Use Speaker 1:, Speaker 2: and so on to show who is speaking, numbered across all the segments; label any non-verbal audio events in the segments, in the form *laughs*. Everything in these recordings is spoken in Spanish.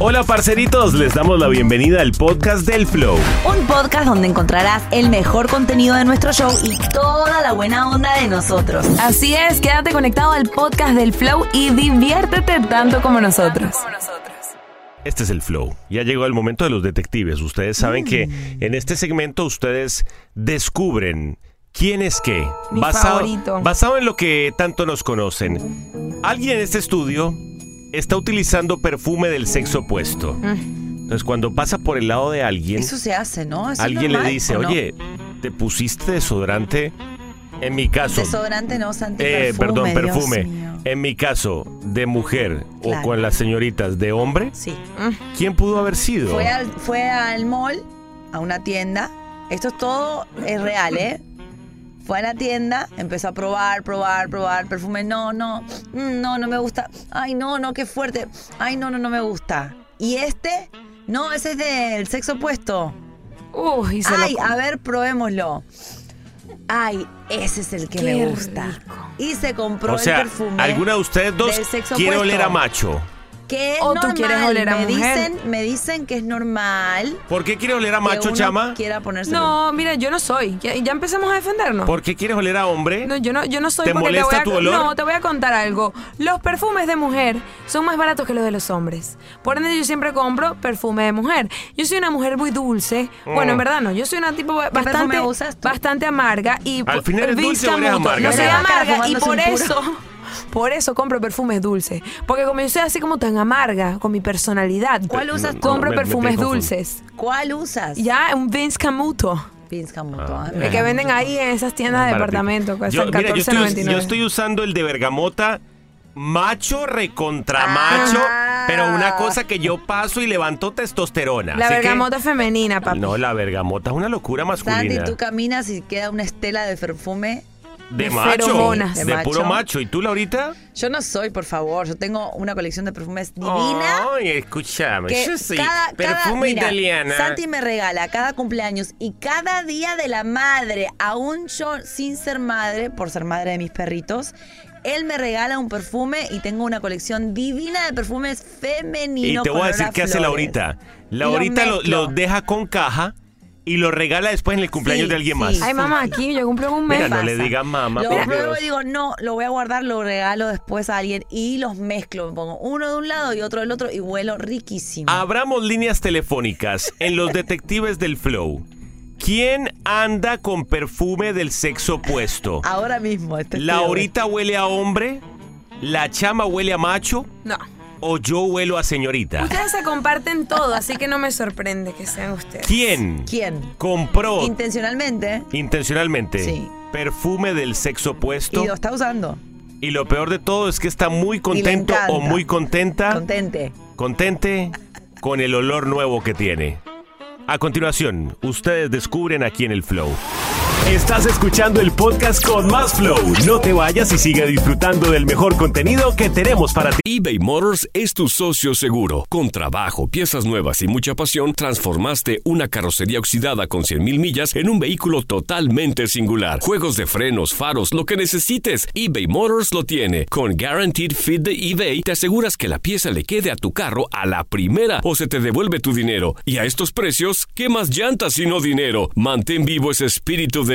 Speaker 1: Hola parceritos, les damos la bienvenida al podcast del Flow.
Speaker 2: Un podcast donde encontrarás el mejor contenido de nuestro show y toda la buena onda de nosotros. Así es, quédate conectado al podcast del Flow y diviértete tanto como nosotros.
Speaker 1: Este es el Flow. Ya llegó el momento de los detectives. Ustedes saben que
Speaker 3: Mm.
Speaker 1: en este segmento ustedes descubren quién es qué.
Speaker 3: Mi favorito.
Speaker 1: basado en lo que tanto nos conocen. Alguien en este estudio está utilizando perfume del sexo opuesto. Entonces cuando pasa por el lado de alguien,
Speaker 3: Mm. Eso se hace, ¿no? Así
Speaker 1: alguien le
Speaker 3: normal,
Speaker 1: dice,
Speaker 3: ¿o no?
Speaker 1: oye, ¿te pusiste desodorante? En mi caso,
Speaker 3: Desodorante no, Santi.
Speaker 1: Eh, perdón,
Speaker 3: Dios
Speaker 1: perfume.
Speaker 3: mío.
Speaker 1: En mi caso, de mujer o
Speaker 3: Claro.
Speaker 1: con las señoritas de hombre,
Speaker 3: Sí.
Speaker 1: ¿quién pudo haber sido?
Speaker 3: Fue al, fue al mall, a una tienda. Esto es todo, es real, ¿eh? Fue a la tienda, empezó a probar, probar, probar perfume. No, no, mm, no, no me gusta. Ay, no, no, qué fuerte. Ay, no, no, no me gusta. ¿Y este? No, ese es del sexo opuesto.
Speaker 2: Uh, y se lo-
Speaker 3: Ay, a ver, probémoslo. Ay, ese es el que
Speaker 2: Qué
Speaker 3: me gusta. Y se compró
Speaker 1: o sea,
Speaker 3: el perfume.
Speaker 1: alguna de ustedes dos
Speaker 3: del sexo
Speaker 1: quiere
Speaker 3: opuesto.
Speaker 1: oler a macho.
Speaker 3: Que es
Speaker 2: O tú
Speaker 3: normal.
Speaker 2: quieres oler a
Speaker 3: me
Speaker 2: mujer.
Speaker 3: Dicen, me dicen que es normal
Speaker 1: ¿Por qué quiere oler a
Speaker 3: que
Speaker 1: macho,
Speaker 3: uno
Speaker 1: chama?
Speaker 3: quiera ponerse
Speaker 2: No, mira, yo no soy. Ya, ya empezamos a defendernos.
Speaker 1: ¿Por qué quieres oler a hombre?
Speaker 2: No, yo no, yo no soy
Speaker 1: ¿Te
Speaker 2: porque
Speaker 1: molesta
Speaker 2: te voy a,
Speaker 1: tu olor?
Speaker 2: No, te voy a contar algo. Los perfumes de mujer son más baratos que los de los hombres. Por ende, yo siempre compro perfume de mujer. Yo soy una mujer muy dulce. Bueno,
Speaker 1: Oh.
Speaker 2: en verdad no. Yo soy una tipo ba-
Speaker 3: ¿Qué perfume
Speaker 2: bastante,
Speaker 3: usas tú?
Speaker 2: bastante amarga y
Speaker 1: Al final eres
Speaker 2: Vince
Speaker 1: dulce o eres
Speaker 2: Camuto.
Speaker 1: amarga,
Speaker 2: Yo soy
Speaker 3: Mira,
Speaker 2: amarga y
Speaker 3: fumándose
Speaker 2: por
Speaker 3: un puro.
Speaker 2: eso. Por eso compro perfumes dulces. Porque como yo soy así como tan amarga con mi personalidad,
Speaker 3: ¿Cuál usas tú?
Speaker 2: compro
Speaker 1: Mm, Me- me
Speaker 2: perfumes
Speaker 1: confundí.
Speaker 2: dulces.
Speaker 3: ¿Cuál usas?
Speaker 2: Ya, un Vince Camuto.
Speaker 3: Pinsca mutua.
Speaker 1: Ah,
Speaker 2: El que venden ahí en esas tiendas de
Speaker 1: Baratito.
Speaker 2: departamento, que
Speaker 1: Yo,
Speaker 2: cuestan
Speaker 1: mira, yo estoy, us-
Speaker 2: 14.99.
Speaker 1: yo estoy usando el de bergamota macho recontra macho,
Speaker 3: Ah.
Speaker 1: pero una cosa que yo paso y levanto testosterona.
Speaker 2: La
Speaker 1: así que-
Speaker 2: bergamota
Speaker 3: Ah,
Speaker 2: femenina, papi.
Speaker 1: No, la bergamota es una locura
Speaker 3: Sandy,
Speaker 1: masculina.
Speaker 3: tú caminas y queda una estela de perfume.
Speaker 1: De
Speaker 2: De
Speaker 1: macho.
Speaker 2: feromonas.
Speaker 1: De,
Speaker 3: De
Speaker 1: puro
Speaker 3: macho.
Speaker 1: macho. ¿Y tú, Laurita?
Speaker 3: Yo no soy, por favor. Yo tengo una colección de perfumes divina.
Speaker 1: Ay, escúchame.
Speaker 3: que
Speaker 1: yo soy
Speaker 3: cada- cada-
Speaker 1: perfume
Speaker 3: mira,
Speaker 1: italiana.
Speaker 3: Santi me regala cada cumpleaños y cada día de la madre, aún yo sin ser madre, por ser madre de mis perritos, él me regala un perfume y tengo una colección divina de perfumes
Speaker 1: y
Speaker 3: femeninos.
Speaker 1: te voy
Speaker 3: con
Speaker 1: a
Speaker 3: olor
Speaker 1: decir qué hace
Speaker 3: flores.
Speaker 1: Laurita. Laurita lo- los
Speaker 3: mezclo.
Speaker 1: deja con caja y los regala después en el cumpleaños
Speaker 3: Sí,
Speaker 1: de alguien
Speaker 3: sí.
Speaker 1: más.
Speaker 2: Ay, mamá, aquí yo cumplo un mes.
Speaker 1: Mira, no le
Speaker 3: pasa.
Speaker 1: digas mamá.
Speaker 3: Lo
Speaker 1: por
Speaker 3: pruebo
Speaker 1: Dios.
Speaker 3: y digo, no, lo voy a guardar, lo regalo después a alguien y los mezclo. Me pongo uno de un lado y otro del otro y huelo riquísimo.
Speaker 1: Abramos líneas telefónicas en
Speaker 3: *laughs*
Speaker 1: los detectives del flow. ¿Quién anda con perfume del sexo opuesto?
Speaker 3: Ah, Ahora mismo. este estoy-
Speaker 1: ¿Laurita huele a hombre? ¿La chama huele a macho
Speaker 2: No.
Speaker 1: o yo huelo a señorita?
Speaker 2: Ustedes se comparten todo, así que no me sorprende que sean ustedes.
Speaker 1: ¿Quién
Speaker 3: ¿Quién?
Speaker 1: compró
Speaker 3: Intencionalmente.
Speaker 1: intencionalmente
Speaker 3: Sí.
Speaker 1: perfume del sexo opuesto?
Speaker 3: Y lo está usando.
Speaker 1: Y lo peor de todo es que está muy contento
Speaker 3: encanta.
Speaker 1: o muy contenta,
Speaker 3: Contente.
Speaker 1: contente con el olor nuevo que tiene. A continuación, ustedes descubren aquí en el Flow.
Speaker 4: Estás escuchando el podcast con más flow. No te vayas y sigue disfrutando del mejor contenido que tenemos para ti.
Speaker 5: eBay Motors es tu socio seguro. Con trabajo, piezas nuevas y mucha pasión, transformaste una carrocería oxidada con 100.000 millas en un vehículo totalmente singular. Juegos de frenos, faros, lo que necesites, eBay Motors lo tiene. Con Guaranteed Fit de eBay, te aseguras que la pieza le quede a tu carro a la primera o se te devuelve tu dinero. Y a estos precios, ¿qué más llantas y no dinero? Mantén vivo ese espíritu de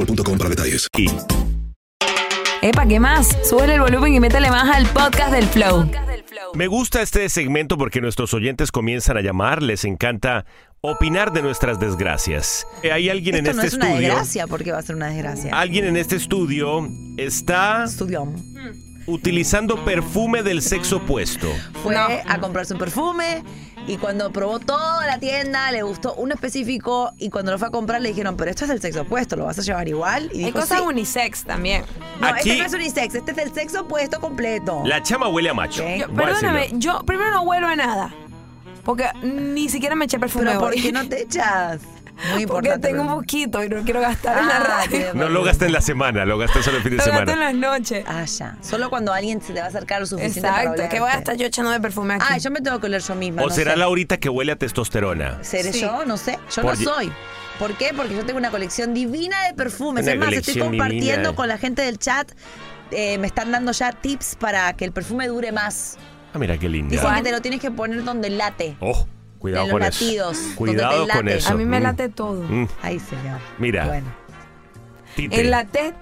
Speaker 6: para detalles.
Speaker 7: Epa, ¿qué más? Sube el volumen y métele más al podcast del Flow.
Speaker 1: Me gusta este segmento porque nuestros oyentes comienzan a llamar, les encanta opinar de nuestras desgracias. Eh, Hay alguien
Speaker 3: Esto
Speaker 1: en
Speaker 3: no
Speaker 1: este
Speaker 3: es una
Speaker 1: estudio,
Speaker 3: desgracia, porque va a ser una desgracia.
Speaker 1: alguien en este estudio está utilizando perfume del sexo opuesto.
Speaker 3: Fue a comprarse un perfume y cuando probó toda la tienda le gustó uno específico y cuando lo fue a comprar le dijeron, pero esto es del sexo opuesto, ¿lo vas a llevar igual? Y
Speaker 2: Hay
Speaker 3: dijo,
Speaker 2: cosas
Speaker 3: "Sí".
Speaker 2: unisex también.
Speaker 3: No, este no es unisex, este es del sexo opuesto completo.
Speaker 1: La chama huele a macho.
Speaker 2: Yo-
Speaker 1: Voy a
Speaker 2: perdóname,
Speaker 1: decirlo.
Speaker 2: yo primero no huelo a nada. Porque ni siquiera me eché perfume.
Speaker 3: Pero, ¿por
Speaker 2: hoy.
Speaker 3: qué no te echas? Muy
Speaker 2: *laughs* Porque
Speaker 3: importante, Ah,
Speaker 2: tengo un
Speaker 3: Lorena.
Speaker 2: poquito y no quiero gastar en la radio.
Speaker 1: No lo gasté en la semana, lo gasté solo el Ah. fin de
Speaker 2: Lo gasto en
Speaker 1: semana.
Speaker 2: las noches.
Speaker 3: Ah, ya. Solo cuando alguien se te va a acercar lo suficiente para
Speaker 2: Exacto, que voy a
Speaker 3: hablarte.
Speaker 2: estar yo echando de perfume aquí.
Speaker 3: Ah, yo me tengo que oler yo misma.
Speaker 1: ¿O
Speaker 3: no
Speaker 1: será
Speaker 3: sé.
Speaker 1: Laurita que huele a testosterona?
Speaker 3: ¿Seré yo? No sé. Yo
Speaker 1: Por-
Speaker 3: no soy. ¿Por qué? Porque yo tengo una colección divina de perfumes.
Speaker 1: Una
Speaker 3: es más, estoy
Speaker 1: colección
Speaker 3: compartiendo
Speaker 1: divina.
Speaker 3: con la gente del chat. Eh, me están dando ya tips para que el perfume dure más.
Speaker 1: Ah, mira qué linda.
Speaker 3: Dicen que te lo tienes que poner donde late.
Speaker 1: Oh, cuidado
Speaker 3: en los
Speaker 1: con
Speaker 3: latidos.
Speaker 1: eso.
Speaker 3: donde
Speaker 1: Cuidado
Speaker 3: te late.
Speaker 1: con eso. Mm.
Speaker 2: todo.
Speaker 1: Mm.
Speaker 3: Ay, señor.
Speaker 1: Mira. Tite.
Speaker 2: En la T.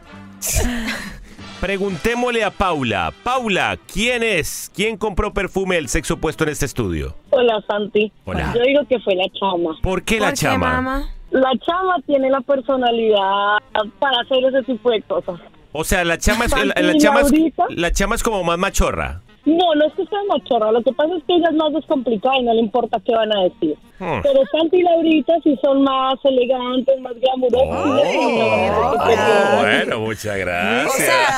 Speaker 1: Preguntémosle a Paula. Paula, ¿quién es? ¿Quién compró perfume del sexo opuesto en este estudio?
Speaker 8: Hola, Santi.
Speaker 1: Hola.
Speaker 8: Yo digo que fue la chama.
Speaker 1: ¿Por qué la ¿Por qué, chama? mamá?
Speaker 8: La chama tiene la personalidad para hacer ese tipo de cosas.
Speaker 1: O sea, la chama es, la,
Speaker 8: Santi
Speaker 1: la
Speaker 8: y
Speaker 1: chama es-
Speaker 8: Laurita.
Speaker 1: la chama es como más machorra.
Speaker 8: No, no es que sea machorra. Lo que pasa es que ella es más descomplicada y no le importa qué van a decir.
Speaker 1: Hmm.
Speaker 8: Pero Santi y Laurita sí son más elegantes, más glamurosos.
Speaker 1: oh, bueno, muchas gracias.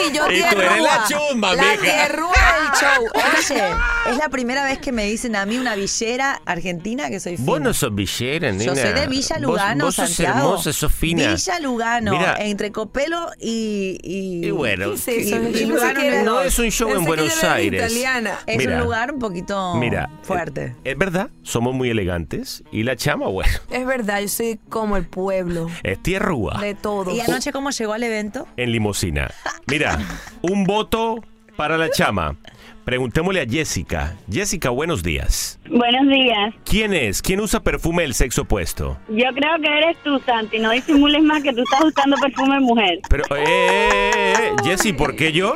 Speaker 3: *laughs* y yo
Speaker 1: Y tú eres tierrúa. la chumba, La mija. tierrúa
Speaker 3: del show. Oye, es la primera vez que me dicen a mí una villera argentina que soy
Speaker 1: Vos
Speaker 3: fina.
Speaker 1: no sos villera, nena.
Speaker 3: Yo soy de Villa
Speaker 1: Vos-
Speaker 3: Lugano,
Speaker 1: Vos, sos
Speaker 3: Santiago.
Speaker 1: hermosa, sos fina.
Speaker 3: Villa Lugano,
Speaker 1: Mira.
Speaker 3: entre Copelo y... Y,
Speaker 1: Y bueno. ¿Qué es eso?
Speaker 3: y-
Speaker 1: Yo
Speaker 3: y
Speaker 1: pensé
Speaker 3: Lugano
Speaker 1: que era-
Speaker 3: no
Speaker 1: No es un show en pensé que Buenos ella era Aires. italiana.
Speaker 3: Es
Speaker 1: Mira.
Speaker 3: un lugar un poquito
Speaker 1: Mira,
Speaker 3: fuerte.
Speaker 1: Es verdad, somos muy elegantes. Y la chama, bueno,
Speaker 2: Es verdad, yo soy como el pueblo.
Speaker 1: es tierrúa.
Speaker 2: De todo.
Speaker 3: ¿Y anoche cómo llegó al evento?
Speaker 1: en limosina. Mira, un voto para la chama. Preguntémosle a Jessica. Jessica, buenos días.
Speaker 9: Buenos días.
Speaker 1: ¿Quién es? ¿Quién usa perfume del sexo opuesto?
Speaker 9: Yo creo que eres tú, Santi. No disimules más que tú estás usando perfume de mujer.
Speaker 1: Pero, eh, eh, eh, eh, Jessy, ¿por qué yo?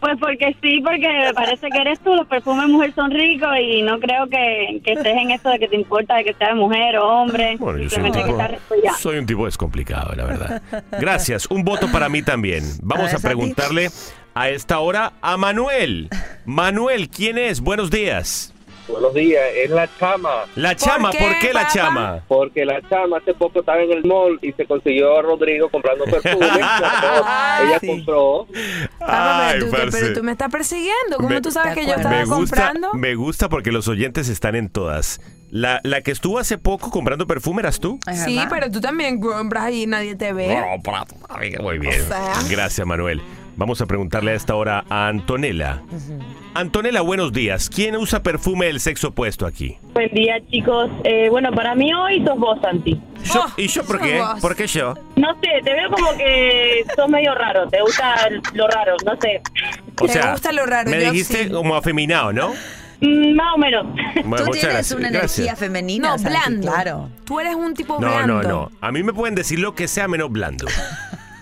Speaker 9: Pues porque sí, porque me parece que eres tú. Los perfumes de mujer son ricos y no creo que, que estés en eso de que te importa de que sea de mujer o hombre.
Speaker 1: Ah, Bueno, yo soy un
Speaker 9: Simplemente que
Speaker 1: tipo,
Speaker 9: estás rico y ya.
Speaker 1: soy un tipo descomplicado, la verdad. Gracias. Un voto para mí también. Vamos a preguntarle a esta hora a Manuel. Manuel, ¿quién es? Buenos días.
Speaker 10: Buenos días, es la chama.
Speaker 1: La chama, ¿por qué, la chama?
Speaker 10: Porque la chama hace poco estaba en el mall y se consiguió a Rodrigo comprando perfume. Claro, *laughs* ella compró.
Speaker 2: Ah, pero, tú,
Speaker 1: Ay, parce.
Speaker 2: pero tú me estás persiguiendo. ¿Cómo
Speaker 1: Me-
Speaker 2: tú sabes que yo estaba
Speaker 1: me gusta,
Speaker 2: comprando?
Speaker 1: me gusta porque los oyentes están en todas. La, la que estuvo hace poco comprando perfume eras tú.
Speaker 2: Sí, pero tú también compras y nadie te ve.
Speaker 1: No, para- ay, Muy bien.
Speaker 2: O sea.
Speaker 1: Gracias, Manuel. Vamos a preguntarle a esta hora a Antonella. Antonella, buenos días. ¿Quién usa perfume del sexo opuesto aquí?
Speaker 8: Buen día, chicos. Eh, bueno, para mí hoy sos vos, Santi.
Speaker 1: Yo-
Speaker 3: Oh,
Speaker 1: ¿Y yo por qué? ¿Por qué yo?
Speaker 8: No sé, te veo como que sos medio raro. Te gusta lo raro, no sé.
Speaker 1: O sea, me dijiste como afeminado, ¿no?
Speaker 8: Mm, Más o menos.
Speaker 1: Bueno, muchas
Speaker 3: Tú tienes
Speaker 1: gracias.
Speaker 3: una
Speaker 1: Gracias.
Speaker 3: energía femenina.
Speaker 2: No,
Speaker 3: Santi,
Speaker 2: blando.
Speaker 3: Claro.
Speaker 2: Tú eres un tipo
Speaker 1: No,
Speaker 2: blando.
Speaker 1: no, no. A mí me pueden decir lo que sea menos blando.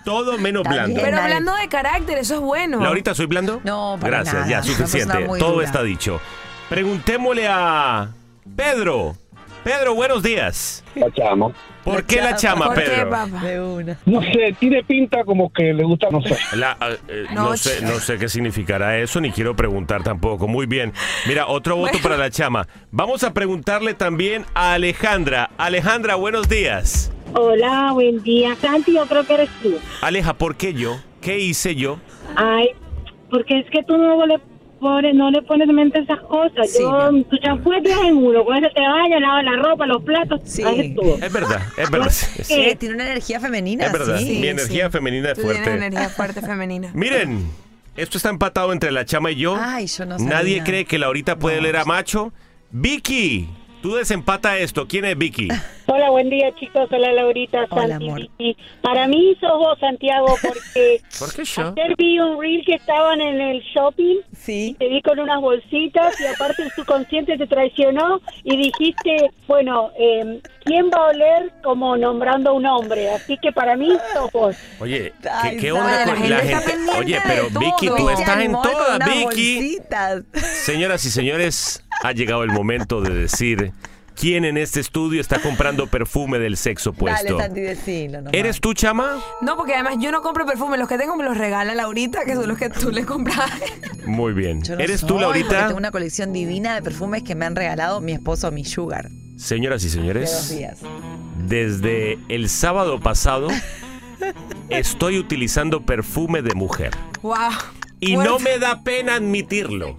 Speaker 1: Todo menos blando.
Speaker 2: Pero hablando de carácter, eso es bueno.
Speaker 1: ¿Laurita, soy blando? No,
Speaker 2: para
Speaker 1: Gracias,
Speaker 2: nada.
Speaker 1: ya,
Speaker 2: Una persona
Speaker 1: suficiente.
Speaker 2: muy
Speaker 1: Todo
Speaker 2: dura.
Speaker 1: está dicho. Preguntémosle a Pedro. Pedro, buenos días.
Speaker 11: La chama.
Speaker 1: ¿Por qué la chama, Pedro?
Speaker 3: De una.
Speaker 11: No sé, tiene pinta como que le gusta, no sé.
Speaker 1: La, eh, eh,
Speaker 11: No,
Speaker 1: no, sé,
Speaker 11: ch-
Speaker 1: no sé qué significará eso, ni quiero preguntar tampoco. Muy bien. Mira, otro voto para la chama. Vamos a preguntarle también a Alejandra. Alejandra, buenos días.
Speaker 8: Hola, buen día. Santi, yo creo que eres tú.
Speaker 1: Aleja, ¿por qué yo? ¿Qué hice yo?
Speaker 8: Ay, porque es que tú no le pones, no le pones mente a esas cosas. yo, tu champú es tres en uno. Con eso te bañas, lavas la ropa, los platos, haces todo.
Speaker 1: Es verdad, es verdad.
Speaker 3: Sí, tiene una energía femenina.
Speaker 1: Es verdad,
Speaker 3: sí.
Speaker 1: mi energía femenina es
Speaker 2: Tú
Speaker 1: fuerte.
Speaker 2: tienes energía fuerte femenina.
Speaker 1: *laughs* Miren, esto está empatado entre la chama y yo.
Speaker 2: Ay, yo no sabía.
Speaker 1: Nadie cree que Laurita puede leer a macho. Vicky, tú desempata esto. ¿Quién es Vicky?
Speaker 9: Hola, buen día, chicos. Hola, Laurita, Santi, Vicky. Para mí sos vos, Santiago, porque
Speaker 1: ¿Por qué yo?
Speaker 9: ayer vi un reel que estaban en el shopping y te vi con unas bolsitas y aparte el subconsciente te traicionó y dijiste, bueno, eh, ¿quién va a oler como nombrando a un hombre? Así que para mí sos vos.
Speaker 1: Oye, ¿qué,
Speaker 9: Ay,
Speaker 1: qué
Speaker 9: Sara,
Speaker 1: onda
Speaker 9: la
Speaker 1: con la
Speaker 9: gente está
Speaker 1: gente?
Speaker 9: pendiente
Speaker 1: Oye,
Speaker 9: de
Speaker 1: pero
Speaker 9: todo.
Speaker 1: Vicky, tú
Speaker 3: ¿eh?
Speaker 9: Te
Speaker 1: estás en
Speaker 3: animó
Speaker 1: todas,
Speaker 3: con unas
Speaker 1: Vicky.
Speaker 3: bolsitas.
Speaker 1: Señoras y señores, ha llegado el momento de decir quién en este estudio está comprando perfume del sexo opuesto.
Speaker 3: Dale, Santi, decilo. nomás.
Speaker 1: ¿Eres tú, chama?
Speaker 2: No, porque además yo no compro perfume. Los que tengo me los regala Laurita, que son los que tú le compras.
Speaker 1: Muy bien.
Speaker 3: Yo no
Speaker 1: ¿Eres tú,
Speaker 3: soy, porque
Speaker 1: Laurita?
Speaker 3: Tengo una colección divina de perfumes que me han regalado mi esposo, mi sugar.
Speaker 1: Señoras y
Speaker 3: De dos
Speaker 1: señores,
Speaker 3: días.
Speaker 1: desde el sábado pasado estoy utilizando perfume de mujer.
Speaker 2: Wow.
Speaker 1: Y no me da pena admitirlo.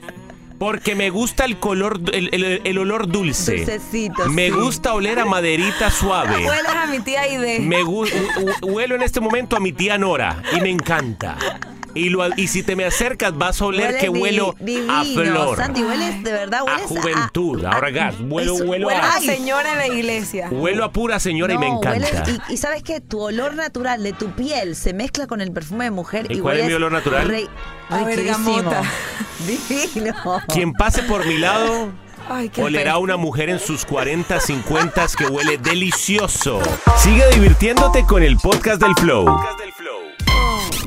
Speaker 1: Porque me gusta el color, du- el, el- el olor dulce.
Speaker 2: Dulcecito,
Speaker 1: me
Speaker 2: sí.
Speaker 1: gusta oler a maderita suave.
Speaker 2: Hueles a mi tía Aide.
Speaker 1: Me gu- hu- hu- huelo en este momento a mi tía Nora y me encanta. Y, lo, y si te me acercas vas a oler
Speaker 3: Hueles
Speaker 1: que
Speaker 3: di-
Speaker 1: huelo a
Speaker 3: divino,
Speaker 1: flor,
Speaker 3: Santi, hueles de verdad,
Speaker 1: a
Speaker 3: hueles
Speaker 1: juventud, a orgasmo. Huelo,
Speaker 3: Eso,
Speaker 1: huelo
Speaker 3: huele
Speaker 1: a,
Speaker 3: a señora
Speaker 2: de la iglesia.
Speaker 1: huelo a pura señora y me
Speaker 3: No, hueles-
Speaker 1: encanta.
Speaker 3: y, y sabes que tu olor natural de tu piel se mezcla con el perfume de mujer.
Speaker 1: ¿Y
Speaker 3: y
Speaker 1: cuál es
Speaker 3: hueles
Speaker 1: mi olor natural?
Speaker 3: re-
Speaker 2: A
Speaker 3: riquísimo.
Speaker 2: bergamota.
Speaker 3: *laughs* Divino.
Speaker 1: Quien pase por mi lado
Speaker 2: Ay, qué
Speaker 1: olerá a una mujer en sus 40, 50 que huele delicioso. Sigue divirtiéndote con el podcast del Flow.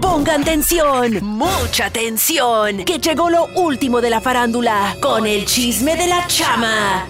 Speaker 12: Pongan tensión, mucha tensión, que llegó lo último de la farándula con el chisme de la chama.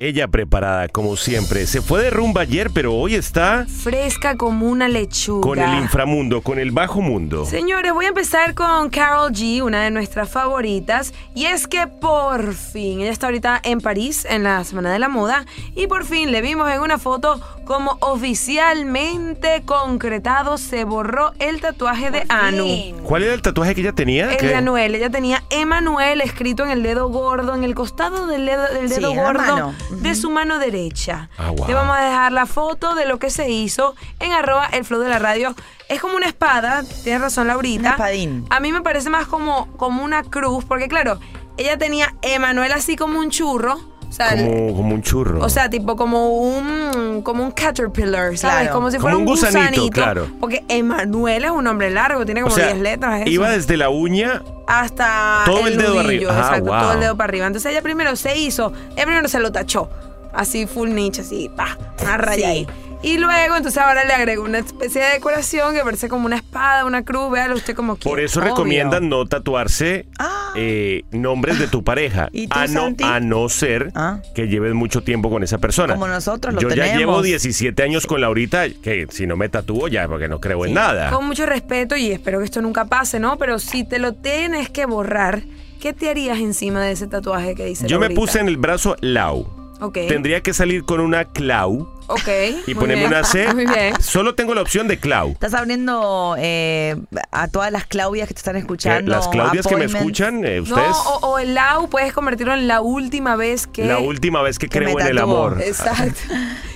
Speaker 1: Ella preparada, como siempre. Se fue de rumba ayer, pero hoy está
Speaker 2: Fresca como una lechuga.
Speaker 1: con el inframundo, con el bajo mundo.
Speaker 2: Señores, voy a empezar con Carol G, una de nuestras favoritas. Y es que por fin, ella está ahorita en París en la Semana de la Moda. Y por fin le vimos en una foto como oficialmente concretado se borró el tatuaje de Anu.
Speaker 1: ¿Cuál era el tatuaje que ella tenía?
Speaker 2: El
Speaker 1: ¿Qué?
Speaker 2: de Anuel, ella tenía Emanuel escrito en el dedo gordo, en el costado del dedo, del
Speaker 3: Sí,
Speaker 2: dedo
Speaker 3: en la
Speaker 2: gordo
Speaker 3: mano.
Speaker 2: de su mano derecha.
Speaker 1: Ah, wow.
Speaker 2: Te vamos a dejar la foto de lo que se hizo en arroba el flow de la radio. Es como una espada, tienes razón Laurita.
Speaker 3: espadín.
Speaker 2: A mí me parece más como, como una cruz, porque claro, ella tenía Emanuel así como un churro. O sea, el-
Speaker 1: Como, como un churro.
Speaker 2: o sea, tipo como un como un caterpillar, ¿sabes?
Speaker 1: Claro.
Speaker 2: Como si
Speaker 1: Como
Speaker 2: fuera
Speaker 1: un
Speaker 2: un
Speaker 1: gusanito,
Speaker 2: gusanito,
Speaker 1: claro.
Speaker 2: Porque Emanuel es un hombre largo, tiene
Speaker 1: O
Speaker 2: como
Speaker 1: sea,
Speaker 2: 10 letras. eso
Speaker 1: Iba desde la uña.
Speaker 2: hasta
Speaker 1: Todo el dedo
Speaker 2: nudillo,
Speaker 1: arriba. Ah,
Speaker 2: exacto,
Speaker 1: wow.
Speaker 2: todo el dedo para arriba. Entonces ella primero se hizo, ella primero se lo tachó, así full niche, así, pa, una raya ahí. Y luego, entonces ahora le agrego una especie de decoración que parece como una espada, una cruz, véalo usted como quiera.
Speaker 1: Por eso
Speaker 2: Obvio.
Speaker 1: recomiendan no tatuarse
Speaker 3: Ah.
Speaker 1: eh, nombres de tu
Speaker 3: *laughs*
Speaker 1: pareja.
Speaker 2: ¿Y tú,
Speaker 1: a, no,
Speaker 2: Santi?
Speaker 1: a no ser que lleves mucho tiempo con esa persona.
Speaker 3: Ah. Como nosotros lo
Speaker 1: Yo ya
Speaker 3: tenemos.
Speaker 1: llevo 17 años con Laurita, que si no me tatúo ya, porque no creo en nada.
Speaker 2: Con mucho respeto y espero que esto nunca pase, ¿no? Pero si te lo tienes que borrar, ¿Qué te harías encima de ese tatuaje que dice
Speaker 1: Yo me
Speaker 2: Laurita?
Speaker 1: puse en el brazo Lau.
Speaker 2: Ok.
Speaker 1: Tendría que salir con una Clau
Speaker 2: Ok.
Speaker 1: *laughs* y
Speaker 3: muy
Speaker 1: ponerme
Speaker 3: bien.
Speaker 2: *laughs*
Speaker 1: una C.
Speaker 3: *laughs* Muy bien.
Speaker 1: Solo tengo la opción de Clau.
Speaker 3: Estás abriendo eh, a todas las Claudias que te están escuchando.
Speaker 1: Eh, las Claudias que me
Speaker 3: appointments.
Speaker 1: escuchan, eh,
Speaker 2: No,
Speaker 1: ustedes,
Speaker 2: o, o el Lau puedes convertirlo en la última vez que. *laughs*
Speaker 1: la última vez que,
Speaker 3: que
Speaker 1: creo
Speaker 3: me
Speaker 1: en el
Speaker 3: tatuó.
Speaker 1: amor.
Speaker 3: Exacto.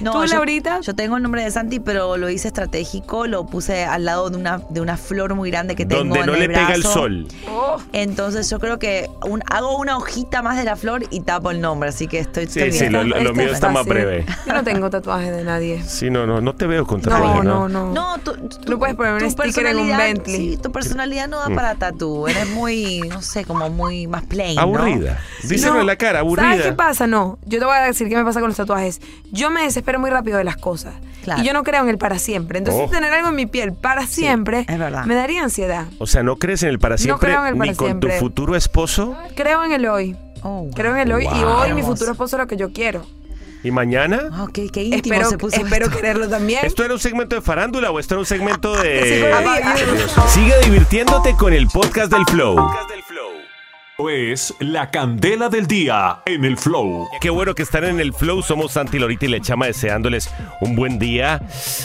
Speaker 3: No,
Speaker 2: ¿Tú,
Speaker 3: yo-
Speaker 2: Laurita?
Speaker 3: Yo, tengo el nombre de Santi, pero lo hice estratégico, lo puse al lado de una, de una flor muy grande que tengo
Speaker 1: Donde
Speaker 3: en
Speaker 1: no
Speaker 3: el
Speaker 1: le pega el
Speaker 3: brazo.
Speaker 1: sol.
Speaker 3: Entonces yo creo que un- hago una hojita más de la flor y tapo el nombre, así que estoy
Speaker 1: Sí,
Speaker 3: estoy
Speaker 1: sí, *laughs*
Speaker 3: bien. Este
Speaker 1: lo, lo- lo mío está más breve.
Speaker 2: Este Yo no tengo tatuajes de nadie.
Speaker 1: Sí, no, no, no te veo con
Speaker 2: No,
Speaker 1: tatuaje,
Speaker 2: no,
Speaker 1: ¿no?
Speaker 2: no.
Speaker 3: No, tú, tú-
Speaker 2: No puedes poner
Speaker 3: tu
Speaker 2: un sticker en un
Speaker 3: personalidad-
Speaker 2: Bentley.
Speaker 3: Sí, tu personalidad no da
Speaker 1: Mm.
Speaker 3: para tatu. Eres muy, no sé, como muy más plain. ¿no?
Speaker 1: Aburrida. Díselo
Speaker 2: No,
Speaker 1: en la cara,
Speaker 2: ¿Sabes qué
Speaker 1: aburrida.
Speaker 2: pasa? No, yo te voy a decir qué me pasa con los tatuajes. Yo me desespero muy rápido de las cosas.
Speaker 3: Claro.
Speaker 2: Y yo no creo en el para siempre. Entonces,
Speaker 1: Oh.
Speaker 2: tener algo en mi piel para siempre me daría ansiedad.
Speaker 1: O sea, no crees en el para
Speaker 2: No
Speaker 1: siempre
Speaker 2: creo en el para
Speaker 1: ni con
Speaker 2: siempre.
Speaker 1: tu futuro esposo.
Speaker 2: Creo en el hoy.
Speaker 3: Oh,
Speaker 2: Creo en el hoy. Y
Speaker 1: Wow.
Speaker 2: hoy mi
Speaker 1: Hermoso.
Speaker 2: futuro esposo es lo que yo quiero.
Speaker 1: ¿Y mañana?
Speaker 3: ah,
Speaker 2: espero espero quererlo también.
Speaker 1: ¿Esto era un segmento de farándula o esto era un segmento de.?
Speaker 4: Sigue divirtiéndote con el podcast del Flow.
Speaker 1: Es la candela del día en el flow. Qué bueno que están en el flow. Somos Santi Lorita y Lechama deseándoles un buen día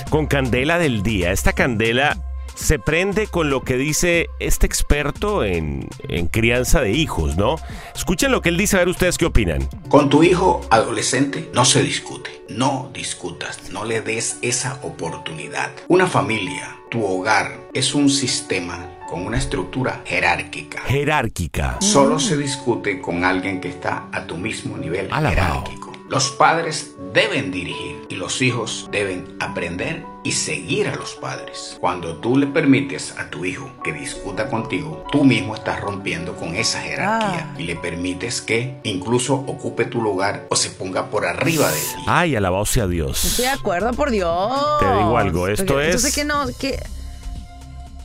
Speaker 1: con candela del día. Esta candela se prende con lo que dice este experto en, en crianza de hijos, ¿no? Escuchen lo que él dice, a ver ustedes qué opinan.
Speaker 13: Con tu hijo adolescente no se discute, no discutas, no le des esa oportunidad. Una familia, tu hogar, es un sistema con una estructura jerárquica.
Speaker 1: Jerárquica.
Speaker 13: Solo se discute con alguien que está a tu mismo nivel jerárquico. Los padres deben dirigir y los hijos deben aprender y seguir a los padres. Cuando tú le permites a tu hijo que discuta contigo, tú mismo estás rompiendo con esa jerarquía
Speaker 3: Ah,
Speaker 13: y le permites que incluso ocupe tu lugar o se ponga por arriba de él.
Speaker 1: Ay, alabado sea Dios.
Speaker 3: Estoy de acuerdo, por Dios.
Speaker 1: Te digo algo, esto
Speaker 3: Porque
Speaker 1: es-
Speaker 3: Entonces, que no? que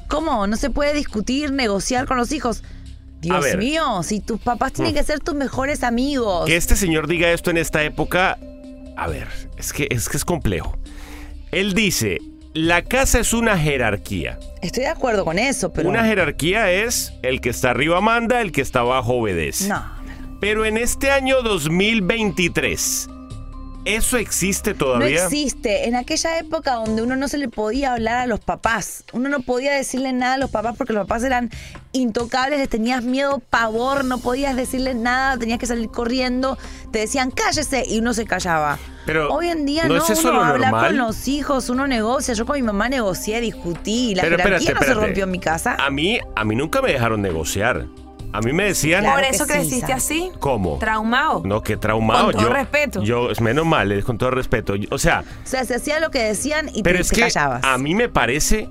Speaker 3: ¿Cómo? No se puede discutir, negociar con los hijos. Dios
Speaker 1: ver.
Speaker 3: mío, si tus papás tienen
Speaker 1: Mm.
Speaker 3: que ser tus mejores amigos.
Speaker 1: Que este señor diga esto en esta época, a ver, es que es, que es complejo. Él dice, la casa es una jerarquía.
Speaker 3: Estoy de acuerdo con eso, pero.
Speaker 1: Una jerarquía es el que está arriba manda, el que está abajo obedece.
Speaker 3: No.
Speaker 1: Pero en este año 2023, ¿eso existe
Speaker 3: No
Speaker 1: todavía?
Speaker 3: existe. En aquella época donde uno no se le podía hablar a los papás, uno no podía decirle nada a los papás porque los papás eran intocables, les tenías miedo, pavor, no podías decirles nada, tenías que salir corriendo, te decían cállese y uno se callaba.
Speaker 1: Pero,
Speaker 3: Hoy en día
Speaker 1: ¿no
Speaker 3: no,
Speaker 1: es eso
Speaker 3: uno
Speaker 1: lo
Speaker 3: habla
Speaker 1: normal?
Speaker 3: con los hijos, uno negocia. Yo con mi mamá negocié, discutí, la
Speaker 1: Pero
Speaker 3: jerarquía
Speaker 1: espérate,
Speaker 3: no
Speaker 1: espérate. Ah.
Speaker 3: se rompió en mi casa.
Speaker 1: A mí, a mí nunca me dejaron negociar. A mí me decían...
Speaker 2: Por eso creciste así.
Speaker 1: ¿Cómo?
Speaker 2: Traumado.
Speaker 1: No, qué traumado.
Speaker 2: Con todo
Speaker 1: yo,
Speaker 2: respeto.
Speaker 1: Yo, menos mal, es con todo respeto. Yo- O sea,
Speaker 3: O sea, se hacía lo que decían y
Speaker 1: pero
Speaker 3: te,
Speaker 1: es
Speaker 3: te
Speaker 1: que
Speaker 3: callabas.
Speaker 1: a mí me parece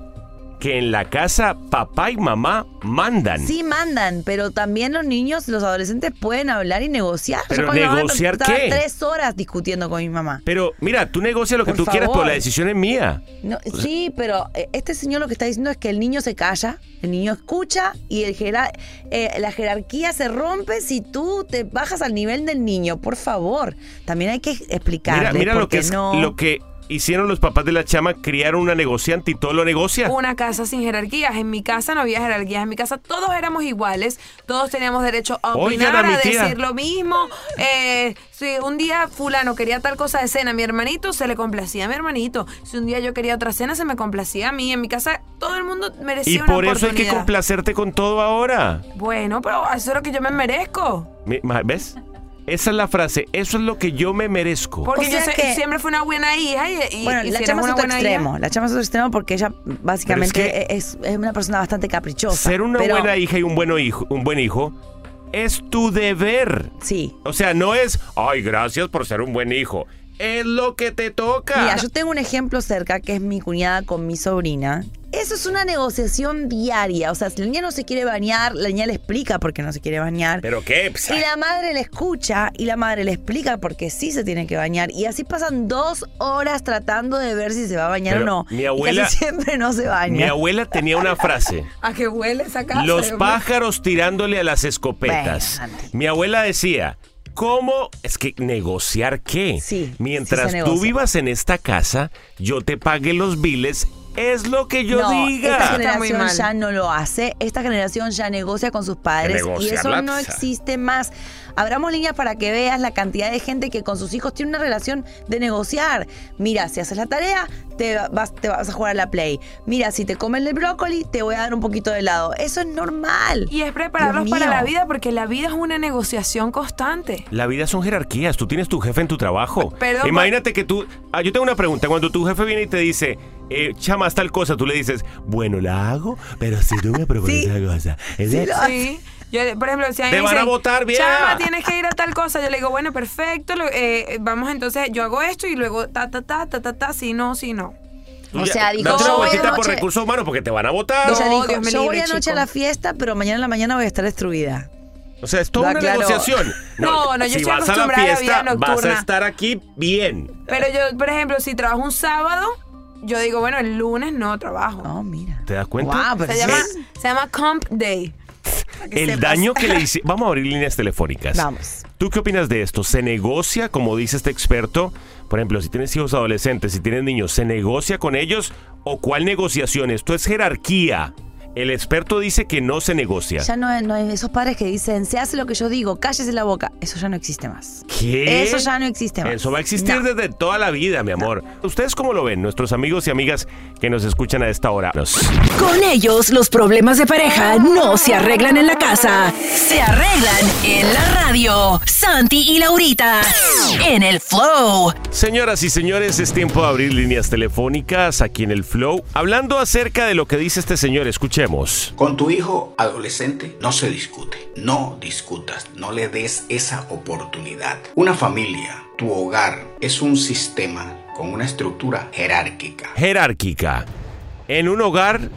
Speaker 1: que en la casa papá y mamá mandan.
Speaker 3: Sí mandan, pero también los niños, los adolescentes pueden hablar y negociar. Yo
Speaker 1: Pero
Speaker 3: con mi mamá
Speaker 1: ¿negociar
Speaker 3: estaba
Speaker 1: qué?
Speaker 3: tres horas discutiendo con mi mamá.
Speaker 1: Pero mira, tú negocias lo que
Speaker 3: Por
Speaker 1: tú quieras, pero
Speaker 3: favor.
Speaker 1: la decisión es mía.
Speaker 3: No, sí, pero eh, este señor lo que está diciendo es que el niño se calla, el niño escucha y el jera- eh, la jerarquía se rompe si tú te bajas al nivel del niño. Por favor, también hay que explicarle
Speaker 1: Mira, mira
Speaker 3: por
Speaker 1: lo que
Speaker 3: qué
Speaker 1: es-
Speaker 3: no.
Speaker 1: lo que hicieron los papás de la chama, criaron una negociante y todo lo
Speaker 2: *laughs*
Speaker 1: negocia.
Speaker 2: Una casa sin jerarquías. En mi casa no había jerarquías. En mi casa todos éramos iguales. Todos teníamos derecho a
Speaker 1: Oigan
Speaker 2: opinar,
Speaker 1: a mi
Speaker 2: a
Speaker 1: tía.
Speaker 2: decir lo mismo. Eh, si un día fulano quería tal cosa de cena, mi hermanito se le complacía a mi hermanito. Si un día yo quería otra cena, se me complacía a mí. En mi casa todo el mundo merecía
Speaker 1: Y
Speaker 2: una
Speaker 1: por eso hay que
Speaker 2: oportunidad.
Speaker 1: complacerte con todo ahora.
Speaker 2: Bueno, pero eso es lo que yo me merezco.
Speaker 1: Mi- ma- ¿Ves? Esa es la frase, eso es lo que yo me merezco.
Speaker 2: Porque
Speaker 3: O sea
Speaker 2: yo sé-
Speaker 3: que-
Speaker 2: siempre fui una buena hija y, y-
Speaker 3: bueno,
Speaker 2: y
Speaker 3: la
Speaker 2: si eres
Speaker 3: chama es
Speaker 2: una
Speaker 3: otro
Speaker 2: buena hija-
Speaker 3: extremo. La chama es otro extremo porque ella básicamente es, es una persona bastante caprichosa.
Speaker 1: Ser una
Speaker 3: pero-
Speaker 1: buena hija y un buen hijo, un buen hijo es tu deber.
Speaker 3: Sí.
Speaker 1: O sea, no es, ay, gracias por ser un buen hijo. Es lo que te toca.
Speaker 3: Mira, yo tengo un ejemplo cerca que es mi cuñada con mi sobrina. Eso es una negociación diaria. O sea, si la niña no se quiere bañar, la niña le explica por qué no se quiere bañar.
Speaker 1: ¿Pero qué? Pues,
Speaker 3: Y la madre le escucha y la madre le explica por qué sí se tiene que bañar. Y así pasan dos horas tratando de ver si se va a bañar
Speaker 1: Pero
Speaker 3: o no.
Speaker 1: mi
Speaker 3: Y casi
Speaker 1: abuela-
Speaker 3: *laughs* siempre no se baña.
Speaker 1: Mi abuela tenía una frase.
Speaker 2: ¿A que huele esa *laughs* casa?
Speaker 1: Los
Speaker 2: Yo me-
Speaker 1: pájaros tirándole a las escopetas.
Speaker 2: Bueno,
Speaker 1: Mi abuela decía, ¿cómo? Es que negociar qué. Mientras
Speaker 2: sí se
Speaker 1: tú
Speaker 2: negocia.
Speaker 1: vivas en esta casa, yo te pague los biles es lo que yo
Speaker 3: no,
Speaker 1: diga.
Speaker 3: Esta generación ya no lo hace. Esta generación ya negocia con sus padres y
Speaker 1: Negociar
Speaker 3: eso
Speaker 1: la
Speaker 3: no
Speaker 1: pizza.
Speaker 3: existe más. Abramos líneas para que veas la cantidad de gente que con sus hijos tiene una relación de negociar. Mira, si haces la tarea, te vas, te vas a jugar a la play. Mira, si te comen el brócoli, te voy a dar un poquito de helado. Eso es normal.
Speaker 2: Y es prepararlos
Speaker 3: Dios
Speaker 2: para
Speaker 3: mío.
Speaker 2: la vida, porque la vida es una negociación constante.
Speaker 1: La vida son jerarquías. Tú tienes tu jefe en tu trabajo.
Speaker 2: Perdón, pues
Speaker 1: Imagínate que tú. Ah, yo tengo una pregunta. Cuando tu jefe viene y te dice, eh, chamas tal cosa, tú le dices, bueno, la hago, pero si
Speaker 2: *laughs*
Speaker 1: tú me propones otra cosa. es de-
Speaker 2: Sí. Yo, por ejemplo, si a mí
Speaker 1: Te
Speaker 2: me
Speaker 1: van a
Speaker 2: dicen,
Speaker 1: votar, vieja.
Speaker 2: Chama, tienes que ir a tal cosa. Yo le digo, bueno, perfecto. lo- eh, vamos entonces, yo hago esto y luego ta, ta, ta, ta, ta, ta, si no, si no.
Speaker 1: Tú
Speaker 3: O
Speaker 1: ya-
Speaker 3: sea, dijo,
Speaker 1: Date una
Speaker 3: "Yo voy
Speaker 1: vueltita por
Speaker 3: anoche".
Speaker 1: recursos humanos porque te van a votar.
Speaker 3: Ella dijo, yo voy anoche a la fiesta, pero mañana en la mañana voy a estar destruida.
Speaker 1: O sea, es toda
Speaker 3: Lo
Speaker 1: una
Speaker 3: aclaró.
Speaker 1: negociación.
Speaker 2: No, no, yo
Speaker 1: si
Speaker 2: estoy
Speaker 1: vas a la
Speaker 2: acostumbrada a la vida
Speaker 1: fiesta, vas a
Speaker 2: nocturna.
Speaker 1: estar aquí bien.
Speaker 2: Pero yo, por ejemplo, si trabajo un sábado, yo digo, bueno, el lunes no trabajo.
Speaker 3: Oh, mira.
Speaker 1: ¿Te das cuenta?
Speaker 14: pues
Speaker 2: se, llama, se llama Comp Day. Para que
Speaker 1: El
Speaker 2: sepas.
Speaker 1: daño
Speaker 2: *laughs*
Speaker 1: que le hice. Vamos a abrir líneas telefónicas.
Speaker 2: Vamos.
Speaker 1: ¿Tú qué opinas de esto? ¿Se negocia, como dice este experto? Por ejemplo, si tienes hijos adolescentes, si tienes niños, ¿se negocia con ellos? ¿O cuál negociación? Esto es jerarquía. El experto dice que no se negocia.
Speaker 3: Ya no, no hay esos padres que dicen, se hace lo que yo digo, cállese la boca. Eso ya no existe más.
Speaker 1: ¿Qué?
Speaker 3: Eso ya no existe más.
Speaker 1: Eso va a existir desde toda la vida, mi amor. ¿Ustedes cómo lo ven, nuestros amigos y amigas que nos escuchan a esta hora? Nos-
Speaker 12: Con ellos, los problemas de pareja no se arreglan en la casa. Se arreglan en la radio. Santi y Laurita. En el Flow.
Speaker 1: Señoras y señores, es tiempo de abrir líneas telefónicas aquí en el Flow. Hablando acerca de lo que dice este señor, escuchemos.
Speaker 13: Con tu hijo adolescente no se discute, no discutas, no le des esa oportunidad. Una familia, tu hogar, es un sistema con una estructura jerárquica.
Speaker 1: Jerárquica. En un hogar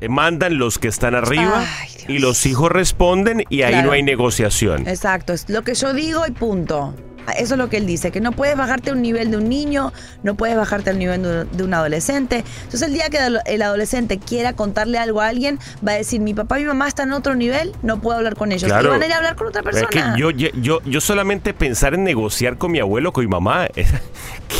Speaker 1: eh, mandan los que están arriba y los hijos responden y ahí
Speaker 3: Claro.
Speaker 1: no hay negociación.
Speaker 3: Exacto, es lo que yo digo y punto. Eso es lo que él dice, que no puedes bajarte a un nivel de un niño, no puedes bajarte al nivel de un- de un adolescente. Entonces el día que el- el adolescente quiera contarle algo a alguien, va a decir, mi papá y mi mamá están en otro nivel, no puedo hablar con ellos.
Speaker 1: Claro.
Speaker 3: Y van a ir a hablar con otra
Speaker 1: Pero es
Speaker 3: persona.
Speaker 1: que yo, yo, yo- yo solamente pensar en negociar con mi abuelo, con mi mamá, *laughs*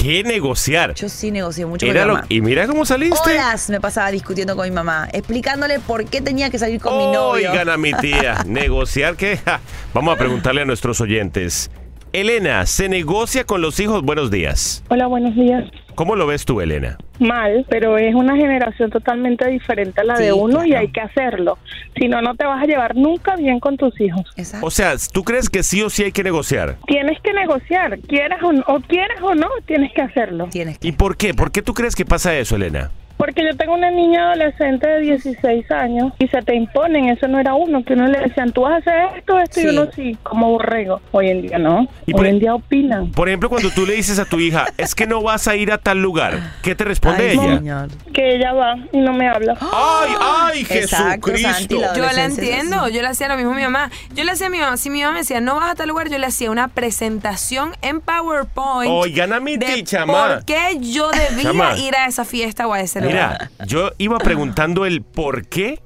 Speaker 1: ¿qué negociar?
Speaker 3: Yo sí negocié mucho
Speaker 1: Era
Speaker 3: con mi
Speaker 1: lo-
Speaker 3: mamá.
Speaker 1: y mira cómo saliste.
Speaker 3: Horas me pasaba discutiendo con mi mamá, explicándole por qué tenía que salir con mi novio.
Speaker 1: Oigan a mi
Speaker 3: *laughs*
Speaker 1: tía, negociar qué? Ja, Vamos a preguntarle a nuestros oyentes. Elena, ¿se negocia con los hijos? Buenos días.
Speaker 14: Hola, buenos días.
Speaker 1: ¿Cómo lo ves tú, Elena?
Speaker 14: Mal, pero es una generación totalmente diferente a la de uno y hay que hacerlo. Si no, no te vas a llevar nunca bien con tus hijos.
Speaker 1: O sea, ¿tú crees que sí o sí hay que negociar?
Speaker 14: Tienes que negociar, quieras o, no, o quieras o no, tienes que hacerlo.
Speaker 1: ¿Y por qué? ¿Por qué tú crees que pasa eso, Elena?
Speaker 14: Porque yo tengo una niña adolescente de 16 años y se te imponen, eso no era uno, que uno le decían, tú vas a hacer esto, esto
Speaker 1: Sí.
Speaker 14: y uno sí, como borrego. Hoy en día no,
Speaker 1: Y
Speaker 14: hoy
Speaker 1: por-
Speaker 14: en día opinan.
Speaker 1: Por ejemplo, cuando tú le dices a tu hija, es que no vas a ir a tal lugar, ¿qué te responde ella?
Speaker 14: Que ella va y no me habla.
Speaker 1: ¡Ay, ay,
Speaker 14: Exacto, Jesucristo! Santi, la
Speaker 2: Yo la
Speaker 14: adolescencia es
Speaker 2: entiendo, yo le hacía lo mismo a mi mamá. Yo le hacía a mi mamá, si mi mamá me decía, no vas a tal lugar, yo le hacía una presentación en PowerPoint.
Speaker 1: Oigan a mi
Speaker 2: de
Speaker 1: ticha, ma.
Speaker 2: ¿Por qué yo debía
Speaker 1: Chama.
Speaker 2: ir a esa fiesta o a ese lugar?
Speaker 1: Mira, yo iba preguntando el por qué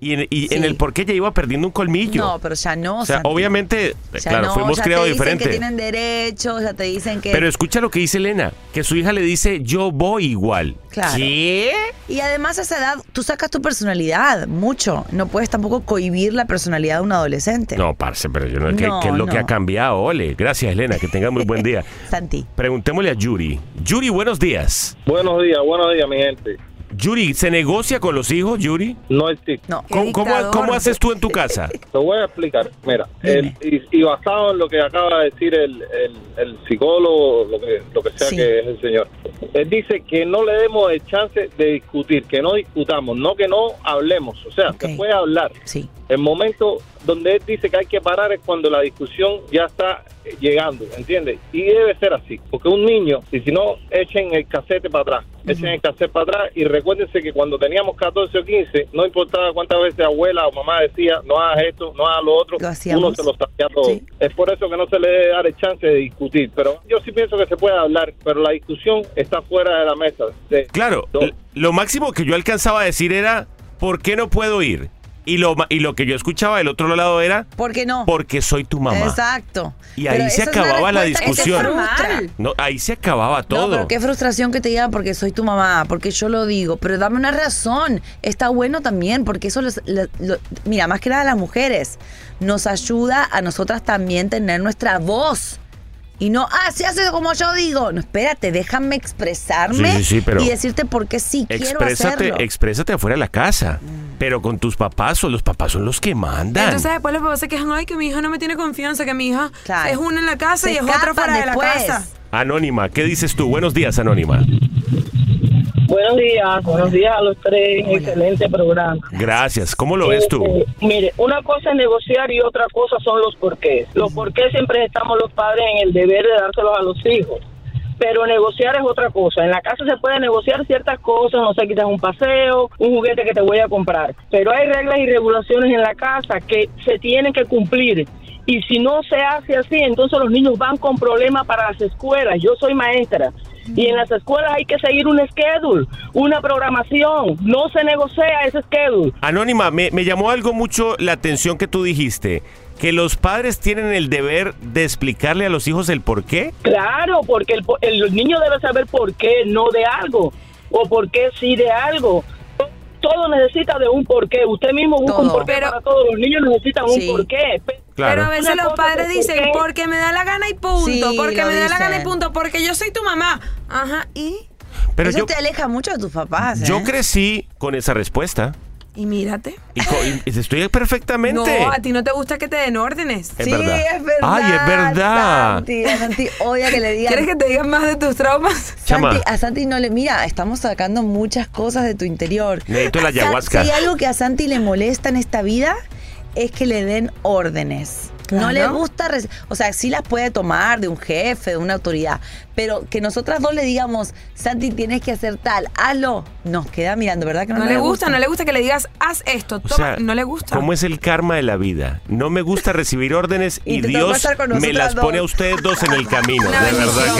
Speaker 1: y en, y en el por qué ya iba perdiendo un colmillo.
Speaker 3: No, pero ya no.
Speaker 1: O sea,
Speaker 3: Santi.
Speaker 1: obviamente,
Speaker 3: Ya
Speaker 1: claro,
Speaker 3: no,
Speaker 1: fuimos
Speaker 3: ya
Speaker 1: criados
Speaker 3: te dicen
Speaker 1: diferente.
Speaker 3: que tienen derechos, ya te dicen que...
Speaker 1: Pero escucha lo que dice Elena, que su hija le dice, yo voy igual.
Speaker 3: Claro.
Speaker 1: ¿Qué?
Speaker 3: Y además a esa edad tú sacas tu personalidad mucho. No puedes tampoco cohibir la personalidad de un adolescente.
Speaker 1: No, parce, pero yo no sé qué-
Speaker 3: No,
Speaker 1: qué es lo que
Speaker 3: no.
Speaker 1: ha cambiado. Ole, gracias Elena, que tenga muy buen día.
Speaker 3: *laughs* Santi.
Speaker 1: Preguntémosle a Yuri. Yuri, buenos días.
Speaker 15: Buenos días, buenos días, mi gente.
Speaker 1: Yuri, ¿se negocia con los hijos, Yuri?
Speaker 15: No existe.
Speaker 1: ¿Cómo, cómo-
Speaker 15: dictador.
Speaker 1: cómo haces tú en tu
Speaker 3: *laughs*
Speaker 1: casa?
Speaker 15: Te voy a explicar. Mira, el- y, y basado en lo que acaba de decir el, el- el psicólogo, lo que, lo que sea que es el señor, él dice que no le demos el chance de discutir, que no discutamos, no que no hablemos. O sea, se puede hablar.
Speaker 3: Sí.
Speaker 15: El momento donde él dice que hay que parar es cuando la discusión ya está eh, llegando, ¿entiendes? Y debe ser así, porque un niño, y si no, echen el casete para atrás, echen el casete para atrás y recuérdense que cuando teníamos 14 o 15, no importaba cuántas veces abuela o mamá decía, no hagas esto, no hagas lo otro, uno se lo sabía todo. Es por eso que no se le debe dar el chance de discutir, pero yo sí pienso que se puede hablar, pero la discusión está fuera de la mesa. Se-
Speaker 1: Claro, l- lo máximo que yo alcanzaba a decir era, ¿por qué no puedo ir? Y lo, ma- y lo que yo escuchaba del otro lado era,
Speaker 3: ¿Por qué no?
Speaker 1: porque soy tu mamá.
Speaker 3: Exacto.
Speaker 1: Y
Speaker 3: Pero
Speaker 1: ahí se
Speaker 3: esa es una
Speaker 1: acababa la
Speaker 3: respuesta que te
Speaker 1: discusión.
Speaker 3: frustra.
Speaker 1: No, ahí se acababa
Speaker 3: No,
Speaker 1: todo.
Speaker 3: pero qué frustración que te digan porque soy tu mamá, porque yo lo digo. Pero dame una razón. Está bueno también, porque eso, les- le- lo- mira, más que nada las mujeres, nos ayuda a nosotras también tener nuestra voz. Y no, ah, se hace como yo digo. No, espérate, déjame expresarme
Speaker 1: Sí, sí, sí, pero-
Speaker 3: y decirte por qué sí quiero
Speaker 1: exprésate,
Speaker 3: hacerlo. Mm.
Speaker 1: exprésate afuera de la casa. Pero con tus papás, o los papás son los que mandan.
Speaker 2: Entonces después los papás se quejan, ay, que mi hijo no me tiene confianza, que mi hija es una en la casa
Speaker 3: Se
Speaker 2: y es otra
Speaker 3: escapan
Speaker 2: fuera de
Speaker 3: después.
Speaker 2: la casa.
Speaker 1: Anónima, ¿qué dices tú? Buenos días, Anónima.
Speaker 16: Buenos días, buenos días a los tres. Excelente programa.
Speaker 1: Gracias. ¿Cómo lo ves tú?
Speaker 16: Este, mire, una cosa es negociar y otra cosa son los porqués. Los porqués siempre estamos los padres en el deber de dárselos a los hijos. Pero negociar es otra cosa. En la casa se puede negociar ciertas cosas, no sé, quizás un paseo, un juguete que te voy a comprar. Pero hay reglas y regulaciones en la casa que se tienen que cumplir. Y si no se hace así, entonces los niños van con problemas para las escuelas. Yo soy maestra. Y en las escuelas hay que seguir un schedule, una programación. No se negocia ese schedule.
Speaker 1: Anónima, me, me llamó algo mucho la atención que tú dijiste. Que los padres tienen el deber de explicarle a los hijos el por qué.
Speaker 16: Claro, porque el, po- el niño debe saber por qué no de algo o por qué sí de algo. Todo necesita de un porqué. Usted mismo busca un porqué para todos. Los niños necesitan
Speaker 2: Sí.
Speaker 16: un porqué. Pe-
Speaker 2: Pero a veces
Speaker 16: Una
Speaker 2: los
Speaker 16: cosa
Speaker 2: padres
Speaker 16: es
Speaker 2: dicen,
Speaker 16: porqué.
Speaker 2: porque me da la gana y punto,
Speaker 16: Sí,
Speaker 2: porque
Speaker 16: lo
Speaker 2: me da la gana y
Speaker 16: dicen.
Speaker 2: punto, porque yo soy tu mamá. Ajá, y...
Speaker 1: Pero
Speaker 3: Eso
Speaker 1: yo,
Speaker 3: te aleja mucho de tus papás.
Speaker 1: yo
Speaker 3: ¿eh?
Speaker 1: crecí con esa respuesta.
Speaker 2: Y mírate.
Speaker 1: Y, co-
Speaker 2: *laughs*
Speaker 1: y estoy perfectamente.
Speaker 2: No, a ti no te gusta que te den órdenes.
Speaker 1: Es Sí, verdad. es verdad, Ay, es verdad. Santi,
Speaker 3: odia que le digan.
Speaker 2: ¿Quieres que te digan más de tus traumas?
Speaker 1: Chama.
Speaker 3: Santi, a Santi no le. Mira, estamos sacando muchas cosas de tu interior.
Speaker 1: Necesito la
Speaker 3: Sa-
Speaker 1: ayahuasca.
Speaker 3: Si hay algo que a Santi le molesta en esta vida, es que le den órdenes. No
Speaker 2: Claro.
Speaker 3: le gusta. reci- O sea, sí las puede tomar de un jefe, de una autoridad. Pero que nosotras dos le digamos, Santi, tienes que hacer tal, hazlo. Nos queda mirando, ¿verdad? Que no,
Speaker 2: No, le gusta, no le gusta que le digas, haz esto,
Speaker 1: O
Speaker 2: toma,
Speaker 1: sea,
Speaker 2: no le gusta.
Speaker 1: ¿Cómo es el karma de la vida? No me gusta recibir órdenes y,
Speaker 2: *laughs* Y te tocó
Speaker 1: Dios
Speaker 2: estar con
Speaker 1: me
Speaker 2: nosotras
Speaker 1: las
Speaker 2: dos.
Speaker 1: pone a ustedes dos
Speaker 2: *laughs*
Speaker 1: en el camino.
Speaker 3: Una
Speaker 1: de verdad
Speaker 3: bendición.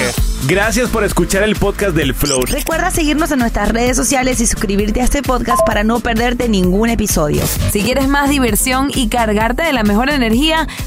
Speaker 1: que.
Speaker 4: Gracias por escuchar el podcast del Flow.
Speaker 7: Recuerda seguirnos en nuestras redes sociales y suscribirte a este podcast para no perderte ningún episodio.
Speaker 17: Si quieres más diversión y cargarte de la mejor energía,